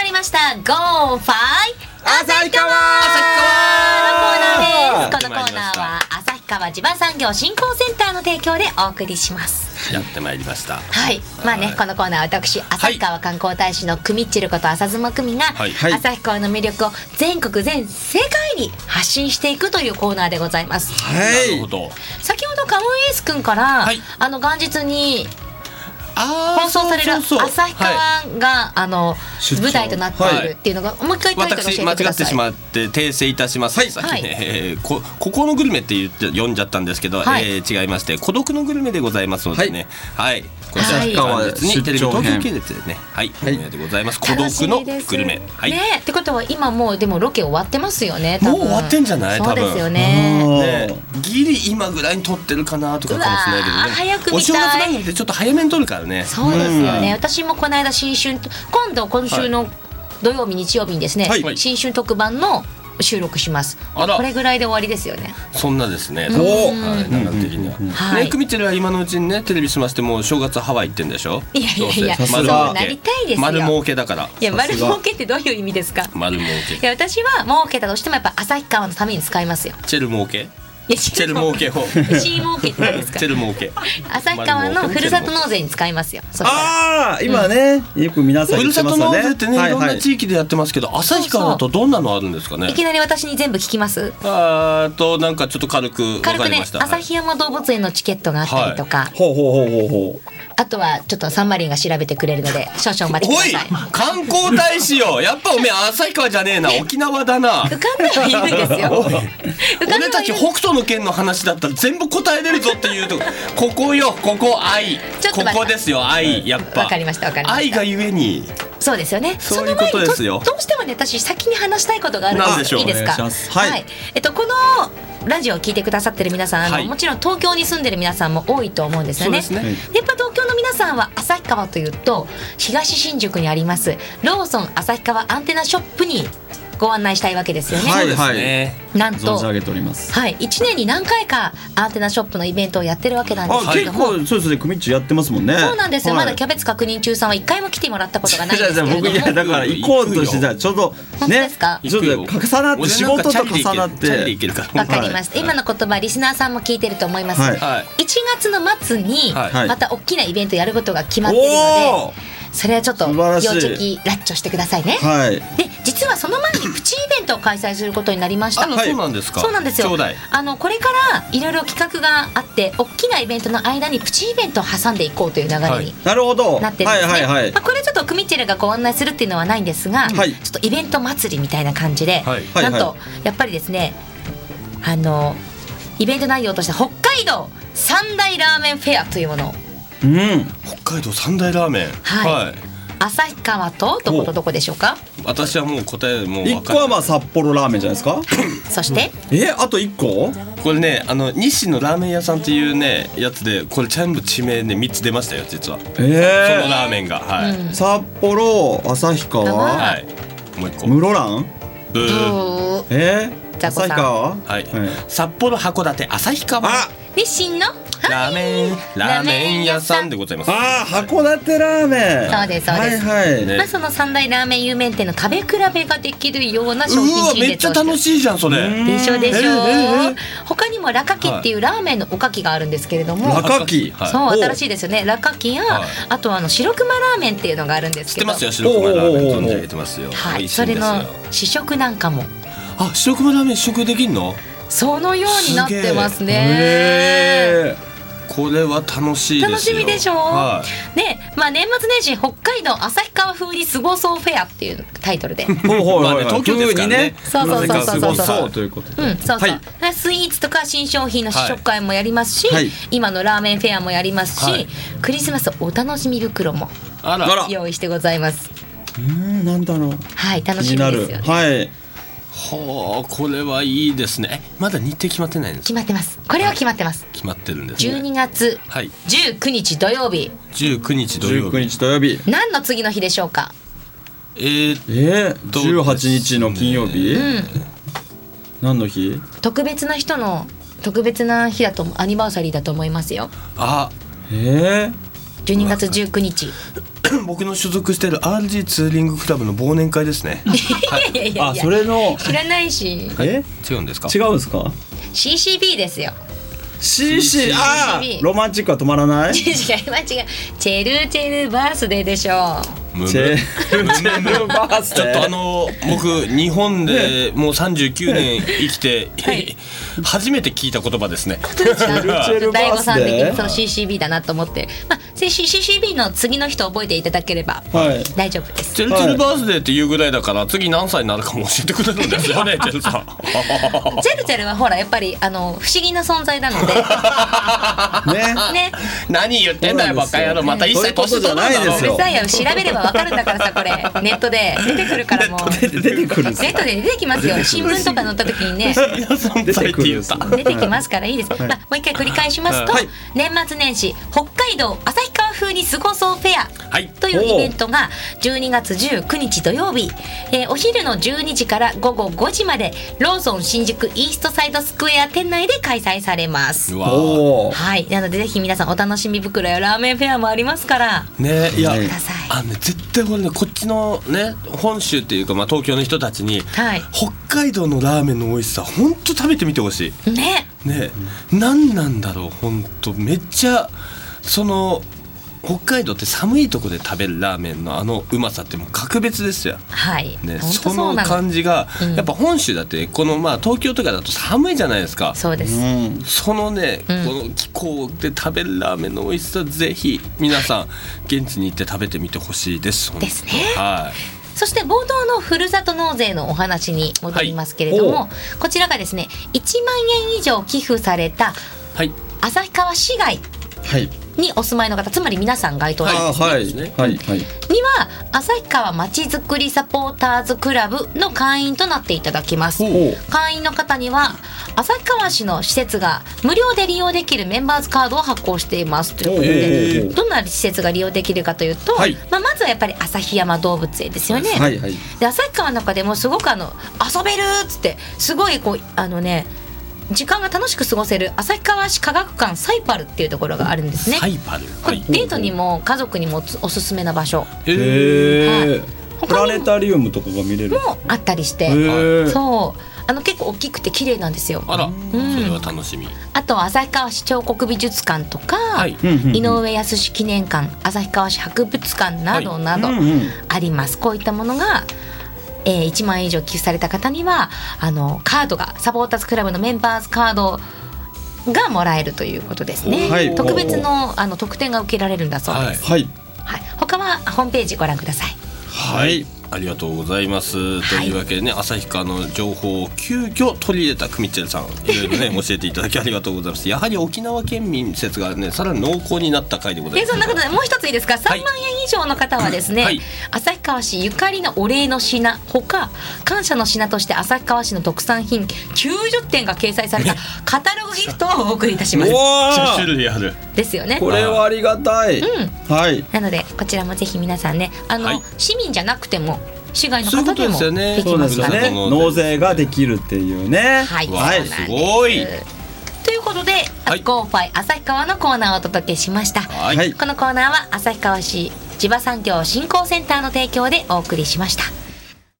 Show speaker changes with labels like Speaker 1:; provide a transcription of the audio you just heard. Speaker 1: ゴーファイ
Speaker 2: 旭川
Speaker 1: のコーナーですこのコーナーは
Speaker 2: や
Speaker 1: 旭川地場産業振興センターの提供でお送りします
Speaker 2: ってまいりました
Speaker 1: はい、まあねこのコーナーは私旭川観光大使のくみっちること浅妻久美が
Speaker 2: はいはい
Speaker 1: 旭川の魅力を全国全世界に発信していくというコーナーでございます
Speaker 2: なるほど
Speaker 1: 先ほどカモンエース君から、
Speaker 2: はい
Speaker 1: あの元日に
Speaker 2: あー
Speaker 1: 放送される
Speaker 2: そうそうそう
Speaker 1: 旭川
Speaker 2: はい
Speaker 1: が、あの
Speaker 3: 出張
Speaker 1: 舞台となっているっていうのが、もう一回タイトル教え
Speaker 2: 私
Speaker 1: て
Speaker 2: 間違
Speaker 1: くだ
Speaker 2: っ
Speaker 1: さ
Speaker 2: て
Speaker 1: い
Speaker 2: しまって訂正いたします、さっきね
Speaker 1: はい
Speaker 2: えーこここのグルメって言って読んじゃったんですけど、
Speaker 1: はい
Speaker 2: えー違いまして孤独のグルメでござざいますのでねはい、こちら
Speaker 1: はい
Speaker 2: 本日にテレビ
Speaker 3: 出張
Speaker 2: 東京
Speaker 3: 編
Speaker 2: 系列でねはい、
Speaker 3: い
Speaker 2: お願いでございます孤独
Speaker 1: 楽し
Speaker 2: の
Speaker 1: みです
Speaker 2: グルメはい
Speaker 1: ねってことは今もうでもロケ終わってますよね多分
Speaker 2: もう終わってんじゃない
Speaker 1: そうですよね
Speaker 2: ね
Speaker 3: ね、
Speaker 2: ギリ今ぐらいに撮ってるかなとかかもしれないけど
Speaker 1: うわ
Speaker 2: ね
Speaker 1: ー早く見たい
Speaker 2: お正月番組ってちょっと早めに撮るからね
Speaker 1: そうですよね、私もこの間新春と今度今週の土曜日日曜日にですね、
Speaker 2: はい
Speaker 1: 新春特番の収録します
Speaker 2: あら
Speaker 1: これぐらいで終わりですよね
Speaker 2: そんなですね。
Speaker 1: ん
Speaker 2: おはい、長く的には。
Speaker 3: うんうんうん
Speaker 1: はい
Speaker 2: ね、くみちゃんは今のうちにね、テレビ済ましてもう正月ハワイ行ってんでしょ
Speaker 1: いやいやいや
Speaker 2: どうせ
Speaker 3: そう
Speaker 1: なりたいですよ
Speaker 2: 丸儲けだから。
Speaker 1: いや
Speaker 3: さす
Speaker 1: 丸
Speaker 3: が
Speaker 1: 儲けってどういう意味ですか
Speaker 2: 丸儲
Speaker 1: い
Speaker 2: け。
Speaker 1: や私は儲けたとしてもやっぱ旭川のために使いますよ
Speaker 2: チェル儲け。
Speaker 1: いや
Speaker 2: チェル儲けを。チ
Speaker 1: 新儲けって何ですか
Speaker 2: ェル儲 け。
Speaker 1: 旭川のふるさと納税に使いますよそしたら
Speaker 3: ああ今ね、よく皆さん
Speaker 2: ふる
Speaker 3: 言って
Speaker 2: さ
Speaker 3: ま
Speaker 2: と
Speaker 3: すよ
Speaker 2: 納
Speaker 3: ね
Speaker 2: 税ってね、いろんな地域でやってますけど、旭川だとどんなのあるんですかね
Speaker 1: い。きなり私に全部聞きます
Speaker 2: あーっと、なんかちょっと軽くわ
Speaker 1: 軽
Speaker 2: か
Speaker 1: く
Speaker 2: り
Speaker 1: ね
Speaker 2: ました。
Speaker 1: 旭山動物園のチケットがあったりとか、
Speaker 3: ほうほうほうほうほう
Speaker 1: あとはちょっとサンマリンが調べてくれるので少々お待ちく
Speaker 2: お
Speaker 1: だ
Speaker 2: い
Speaker 1: さい
Speaker 2: 観光大使よやっぱおめえ旭川じゃねえな沖縄だな
Speaker 1: 浮かんではいるんですよ 浮かんではいる
Speaker 2: 俺たち北斗の剣の話だったら全部答えれるぞっていうとこここよここ愛
Speaker 1: ちょっと
Speaker 2: こ
Speaker 1: 待った
Speaker 2: こですよ愛やっぱ
Speaker 1: わかりましたわかりました
Speaker 2: 愛がゆえに
Speaker 1: そうですよね
Speaker 2: そういうことです
Speaker 1: その前
Speaker 2: よ
Speaker 1: にとどうしてもね私先に話したいことがある
Speaker 2: なん
Speaker 1: の
Speaker 2: で
Speaker 1: で
Speaker 2: しょう
Speaker 1: いいですか
Speaker 3: お願いしますはい
Speaker 1: えっとこのラジオを聞いてくださってる皆さんあの、
Speaker 2: はい
Speaker 1: もちろん東京に住んでる皆さんも多いと思うんですよね
Speaker 2: そうですね
Speaker 1: やっぱ東京の皆さんは旭川というと東新宿にありますローソン旭川アンテナショップにご案内したいわけですよね、
Speaker 3: はい
Speaker 2: そうですね
Speaker 1: なん
Speaker 3: 存
Speaker 1: と
Speaker 3: じ上げております
Speaker 1: はい、1年に何回かアンテナショップのイベントをやってるわけなんです
Speaker 3: あ
Speaker 1: けれ
Speaker 3: 結
Speaker 1: ども、
Speaker 3: 構そうですね組長やってますもんね
Speaker 1: そうなんですよ、
Speaker 3: はい
Speaker 1: まだキャベツ確認中さんは1回も来てもらったことがないん
Speaker 3: じ
Speaker 1: で
Speaker 3: ゃあ
Speaker 1: す
Speaker 3: じ
Speaker 1: け
Speaker 3: ゃあ
Speaker 1: れども
Speaker 3: 僕 いやだから行こうとしてじゃあちょうど
Speaker 1: 本当で
Speaker 3: ね
Speaker 1: すか
Speaker 3: ちょっと重なって仕事と重
Speaker 2: 俺な
Speaker 3: なっ
Speaker 2: んかチャリで
Speaker 3: て
Speaker 2: 行けるから
Speaker 1: わかりました、今の言葉リスナーさんも聞いてると思います、
Speaker 3: はい
Speaker 2: はい
Speaker 1: 1月の末に
Speaker 2: はい
Speaker 1: また大きなイベントやることが決まってるので、
Speaker 3: おお
Speaker 1: それはちょっと
Speaker 3: 素晴
Speaker 1: 要
Speaker 3: らしい
Speaker 1: チェキラッチョしてくださいね、
Speaker 3: はい
Speaker 1: で実はその前にプチイベントを開催することになりました
Speaker 2: あらそうなんですか
Speaker 1: そうなんですよ
Speaker 2: ちょうだい
Speaker 1: あのこれからいろいろ企画があって大きなイベントの間にプチイベントを挟んでいこうという流れに、
Speaker 2: はい
Speaker 3: なるほど
Speaker 1: なってるん
Speaker 3: は
Speaker 1: です
Speaker 3: い
Speaker 1: ね、
Speaker 3: はいはい
Speaker 1: まあ、これはちょっとクミッチェルがご案内するっていうのはないんですが、
Speaker 3: はい
Speaker 1: ちょっとイベント祭りみたいな感じで、
Speaker 2: はい
Speaker 3: はい
Speaker 1: なんと
Speaker 3: は
Speaker 1: やっぱりですねあのイベント内容として北海道三大ラーメンフェアというものを
Speaker 3: うん
Speaker 2: 北海道三大ラーメン
Speaker 1: はい旭川とどことどこでしょうか
Speaker 2: 私はもう答えもう分
Speaker 3: 一
Speaker 2: か
Speaker 3: 個
Speaker 2: る
Speaker 3: はまあ札幌ラーメンじゃないですか
Speaker 1: そして、
Speaker 3: えあと一個
Speaker 2: これねあの西のラーメン屋さんっていうねやつでこれ全部地名ね三つ出ましたよ実はそ
Speaker 3: え
Speaker 2: のラーメンがはい、
Speaker 1: うん
Speaker 3: 札幌旭川
Speaker 2: はいもう一個
Speaker 3: 室蘭
Speaker 2: ブー
Speaker 1: どう
Speaker 3: え
Speaker 1: ザコさん
Speaker 3: 旭川
Speaker 2: はい、札幌函館旭川
Speaker 3: あ
Speaker 1: 日清の
Speaker 2: ラーメンラーメン屋さんでございます。
Speaker 3: あー函館ラーメン
Speaker 1: そうですそうです
Speaker 3: はいはい
Speaker 2: ね
Speaker 1: まあ、その三大ラーメン有名店の食べ比べができるような商
Speaker 2: う
Speaker 1: 品
Speaker 2: わ
Speaker 1: 陳列
Speaker 2: め
Speaker 1: を
Speaker 2: っちゃ楽
Speaker 1: し
Speaker 2: しいじゃんそれ。
Speaker 1: いでしょうでしょう、
Speaker 2: えーえーえー
Speaker 1: 他にもラカキっていうラーメンのおかきがあるんですけれども、
Speaker 3: ラカキ
Speaker 2: はい
Speaker 1: そう
Speaker 3: お
Speaker 1: 新しいですよねラカキや、
Speaker 2: はい
Speaker 1: あとはあの白熊ラーメンっていうのがあるんです
Speaker 2: 知っ
Speaker 1: け
Speaker 2: て
Speaker 1: ど
Speaker 2: ますよ白熊ラーメン
Speaker 3: おーおーおー
Speaker 2: 存じ上げてますよ。
Speaker 1: は
Speaker 2: 美
Speaker 1: い、
Speaker 2: 味しい
Speaker 1: そ
Speaker 2: んで
Speaker 1: れ
Speaker 2: すよ
Speaker 1: の試食なんかも
Speaker 2: あ白熊ラーメン試食できんの？
Speaker 1: そのようになってますね。
Speaker 3: へ
Speaker 2: これは楽しいですよ。
Speaker 1: 楽しみでしょう、
Speaker 2: はい。
Speaker 1: ね、まあ年末年始北海道旭川風に過ごそうフェアっていうタイトル で、う
Speaker 3: ーほうほう
Speaker 2: まあ
Speaker 3: ほ
Speaker 2: ね
Speaker 3: う
Speaker 2: 東京ですからね
Speaker 1: そうそうそうそうそう
Speaker 3: 風が過ごということで
Speaker 1: ん、そうそう、
Speaker 3: はい
Speaker 1: スイーツとか新商品の試食会もやりますし、
Speaker 3: はいはい
Speaker 1: 今のラーメンフェアもやりますし、
Speaker 2: はい
Speaker 1: クリスマスお楽しみ袋も
Speaker 2: あら
Speaker 3: あら
Speaker 1: 用意してございます。
Speaker 3: うーんなんだろう
Speaker 1: はい、楽
Speaker 3: 気
Speaker 1: し
Speaker 3: に
Speaker 1: み
Speaker 3: な
Speaker 1: で
Speaker 3: る
Speaker 1: すよね。
Speaker 3: はい
Speaker 2: ほうこれはいいですね。えまだ日程決まってないんで
Speaker 1: 決
Speaker 2: すか？
Speaker 1: まってます。これは決まってます。
Speaker 2: 決まってるんですね。
Speaker 1: 12月
Speaker 2: はい
Speaker 1: 19日土曜日、
Speaker 2: 19日土曜
Speaker 3: 19
Speaker 2: 日。
Speaker 3: 日土曜日
Speaker 1: 何の次の日でしょうか。
Speaker 2: えー
Speaker 3: えー
Speaker 2: どうですね
Speaker 3: 18日の金曜日何の日
Speaker 1: 特別な人の特別な日だとアニバーサリーだと思いますよ。
Speaker 2: あ
Speaker 3: えー
Speaker 1: 12月19日。
Speaker 2: 僕の所属している RG ツーリングクラブの忘年会です ねはい
Speaker 1: いやいや
Speaker 3: あ
Speaker 1: いや
Speaker 3: それの
Speaker 1: 知らないし
Speaker 3: え
Speaker 2: 違うんですか
Speaker 3: 違うんですか
Speaker 1: CCB ですよ
Speaker 3: CC あー
Speaker 1: CCB
Speaker 3: ロマンチックは止まらない
Speaker 1: 違う違う間違うチェルチェルバースデーでしょ
Speaker 2: むむ
Speaker 3: チェチェルバース
Speaker 2: ちょっとあ
Speaker 3: デー
Speaker 2: の僕日本でもう39年生きて、
Speaker 1: はい
Speaker 2: 初めて聞いた言葉ですね。
Speaker 3: チェルバ
Speaker 1: 大悟
Speaker 3: ース
Speaker 1: さん的
Speaker 3: デ
Speaker 1: にそう
Speaker 3: ー
Speaker 1: CCB だなと思って、まあ、せ CCB の次の日と覚えていただければ
Speaker 3: はい
Speaker 1: 大丈夫です
Speaker 2: チェルチェルバースデーっていうぐらいだから次何歳になるかも教えてくれるん ですよねチェルさん。
Speaker 1: チェルチェルはほらやっぱりあの不思議な存在な ので
Speaker 3: ね
Speaker 1: ね
Speaker 2: 何言ってんだよバカ野郎また一切年取らんだろ
Speaker 3: そういうことじゃないです
Speaker 1: うるさ
Speaker 3: よ
Speaker 1: いよ調べればわかるんだからさこれネットで出てくるからもう
Speaker 3: 出て出てくるんです
Speaker 1: ネットで出てきますよ新聞とか載った時にね
Speaker 2: 皆さん
Speaker 3: 出
Speaker 2: 最
Speaker 3: て
Speaker 2: 近
Speaker 3: くる
Speaker 2: 言
Speaker 3: ん
Speaker 2: っ
Speaker 3: す
Speaker 2: た
Speaker 3: ね。
Speaker 1: 出てきますからいいです、
Speaker 3: はい
Speaker 1: まあ、もう一回繰り返しますと、
Speaker 2: はい
Speaker 1: 年末年始北海道旭川風に過ごそうフェア
Speaker 2: はい
Speaker 1: というイベントが12月19日土曜日、えーお昼の12時から午後5時までローソン新宿イーストサイドスクエア店内で開催されます
Speaker 2: う。わ
Speaker 3: おお
Speaker 1: はい、なのでぜひ皆さんお楽しみ袋やラーメンフェアもありますから
Speaker 2: ねいや
Speaker 3: はい
Speaker 1: ください。
Speaker 2: あのね絶対これねこっちのね本州っていうかまあ東京の人たちに
Speaker 1: はい。
Speaker 2: 北海道のラーメンの美味しさ本当食べてみてほしい。
Speaker 1: ね、
Speaker 2: ね、何なんだろう本当めっちゃその北海道って寒いとこで食べるラーメンのあのうまさってもう格別ですよ。
Speaker 1: はい。本
Speaker 2: ね、
Speaker 1: 当
Speaker 2: そ
Speaker 1: そう
Speaker 2: の
Speaker 1: なの。
Speaker 2: 感じが、
Speaker 1: うん
Speaker 2: やっぱ本州だってこのまあ東京とかだと寒いじゃないですかそ
Speaker 1: そうで
Speaker 3: う
Speaker 1: す。
Speaker 3: ん
Speaker 2: のね、
Speaker 1: うん
Speaker 2: この気候で食べるラーメンの美味しさぜひ皆さん現地に行って食べてみてほしいです本当
Speaker 1: ですね
Speaker 2: は
Speaker 1: そして冒頭のふるさと納税のお話に戻りますけれども、
Speaker 3: はい
Speaker 1: こちらがですね1万円以上寄付された
Speaker 2: い、はい、
Speaker 1: 旭川市外
Speaker 3: はい
Speaker 1: にお住まいの方つまり皆さん該当者
Speaker 3: あーはい
Speaker 2: そうですね
Speaker 3: はいはい
Speaker 1: には旭川まちづくりサポーターズクラブの会員となっていただきます
Speaker 3: おお
Speaker 1: 会員の方には旭川市の施設が無料で利用できるメンバーズカードを発行していますということで、
Speaker 3: へー
Speaker 1: どんな施設が利用できるかというと、
Speaker 3: はい
Speaker 1: まあ、まずはやっぱり旭山動物園ですよね。
Speaker 3: はいはい
Speaker 1: で旭川の中でもすごくあの遊べるっつってすごいこうあのね時間が楽しく過ごせる旭川市科学館サイパルっていうところがあるんですね。
Speaker 2: サイパル、
Speaker 1: こ
Speaker 2: は
Speaker 1: れ
Speaker 2: い、
Speaker 1: デートにも家族にもおすすめな場所
Speaker 3: へえ
Speaker 1: はい
Speaker 3: プラネタリウムとかが見れる
Speaker 1: もあったりして、
Speaker 3: へえ
Speaker 1: そうあの結構大きくて綺麗なんですよ。
Speaker 2: あら、
Speaker 1: ん
Speaker 2: それは楽しみ
Speaker 1: あと旭川市彫刻美術館とか、
Speaker 2: はい
Speaker 3: うんうんうん
Speaker 1: 井上康記念館旭川市博物館などなど
Speaker 3: うんうん
Speaker 1: あります、こういったものが、えー1万円以上寄付された方にはあのカードがサポーターズクラブのメンバーズカードがもらえるということですね、
Speaker 3: はい
Speaker 1: 特別のあの特典が受けられるんだそうです、
Speaker 3: はい
Speaker 1: はい他はホームページご覧ください
Speaker 3: はい
Speaker 2: ありがとうございます。と
Speaker 1: はい
Speaker 2: いうわけでね、旭川の情報を急遽取り入れたクミッチェルさん、いろいろ ね、教えていただきありがとうございます。やはり沖縄県民説がね、さらに濃厚になった回でござい
Speaker 1: で
Speaker 2: ます。
Speaker 1: そんなことでもう一ついいですか3
Speaker 2: は
Speaker 1: 万
Speaker 2: い
Speaker 1: 円以上の方はですね、
Speaker 2: はい
Speaker 1: 旭川市ゆかりのお礼の品ほか感謝の品として旭川市の特産品90点が掲載されたカタログギフトをお送りいたします
Speaker 2: めっちゃ
Speaker 3: わ
Speaker 2: 種類ある。
Speaker 1: ですよね
Speaker 3: これはありがたい
Speaker 1: うん
Speaker 3: はい
Speaker 1: なのでこちらもぜひ皆さんねあの、
Speaker 2: はい
Speaker 1: 市民じゃなくても市外の
Speaker 2: そういう
Speaker 1: 方
Speaker 2: こと
Speaker 1: で
Speaker 2: で
Speaker 1: も
Speaker 2: すよね
Speaker 1: でき
Speaker 3: そう
Speaker 1: ま
Speaker 3: ですす
Speaker 1: から
Speaker 2: そう
Speaker 3: ね
Speaker 2: な。んです
Speaker 3: 納税ができるっていうね。
Speaker 1: はい、
Speaker 2: わあ
Speaker 1: そうなんです
Speaker 2: すごい
Speaker 1: ということで、
Speaker 2: はい
Speaker 1: ゴーファイ旭川のコーナーをお届けしました。
Speaker 2: はい。
Speaker 3: はい
Speaker 1: このコーナーは旭川市千葉産業振興センターの提供でお送りしました。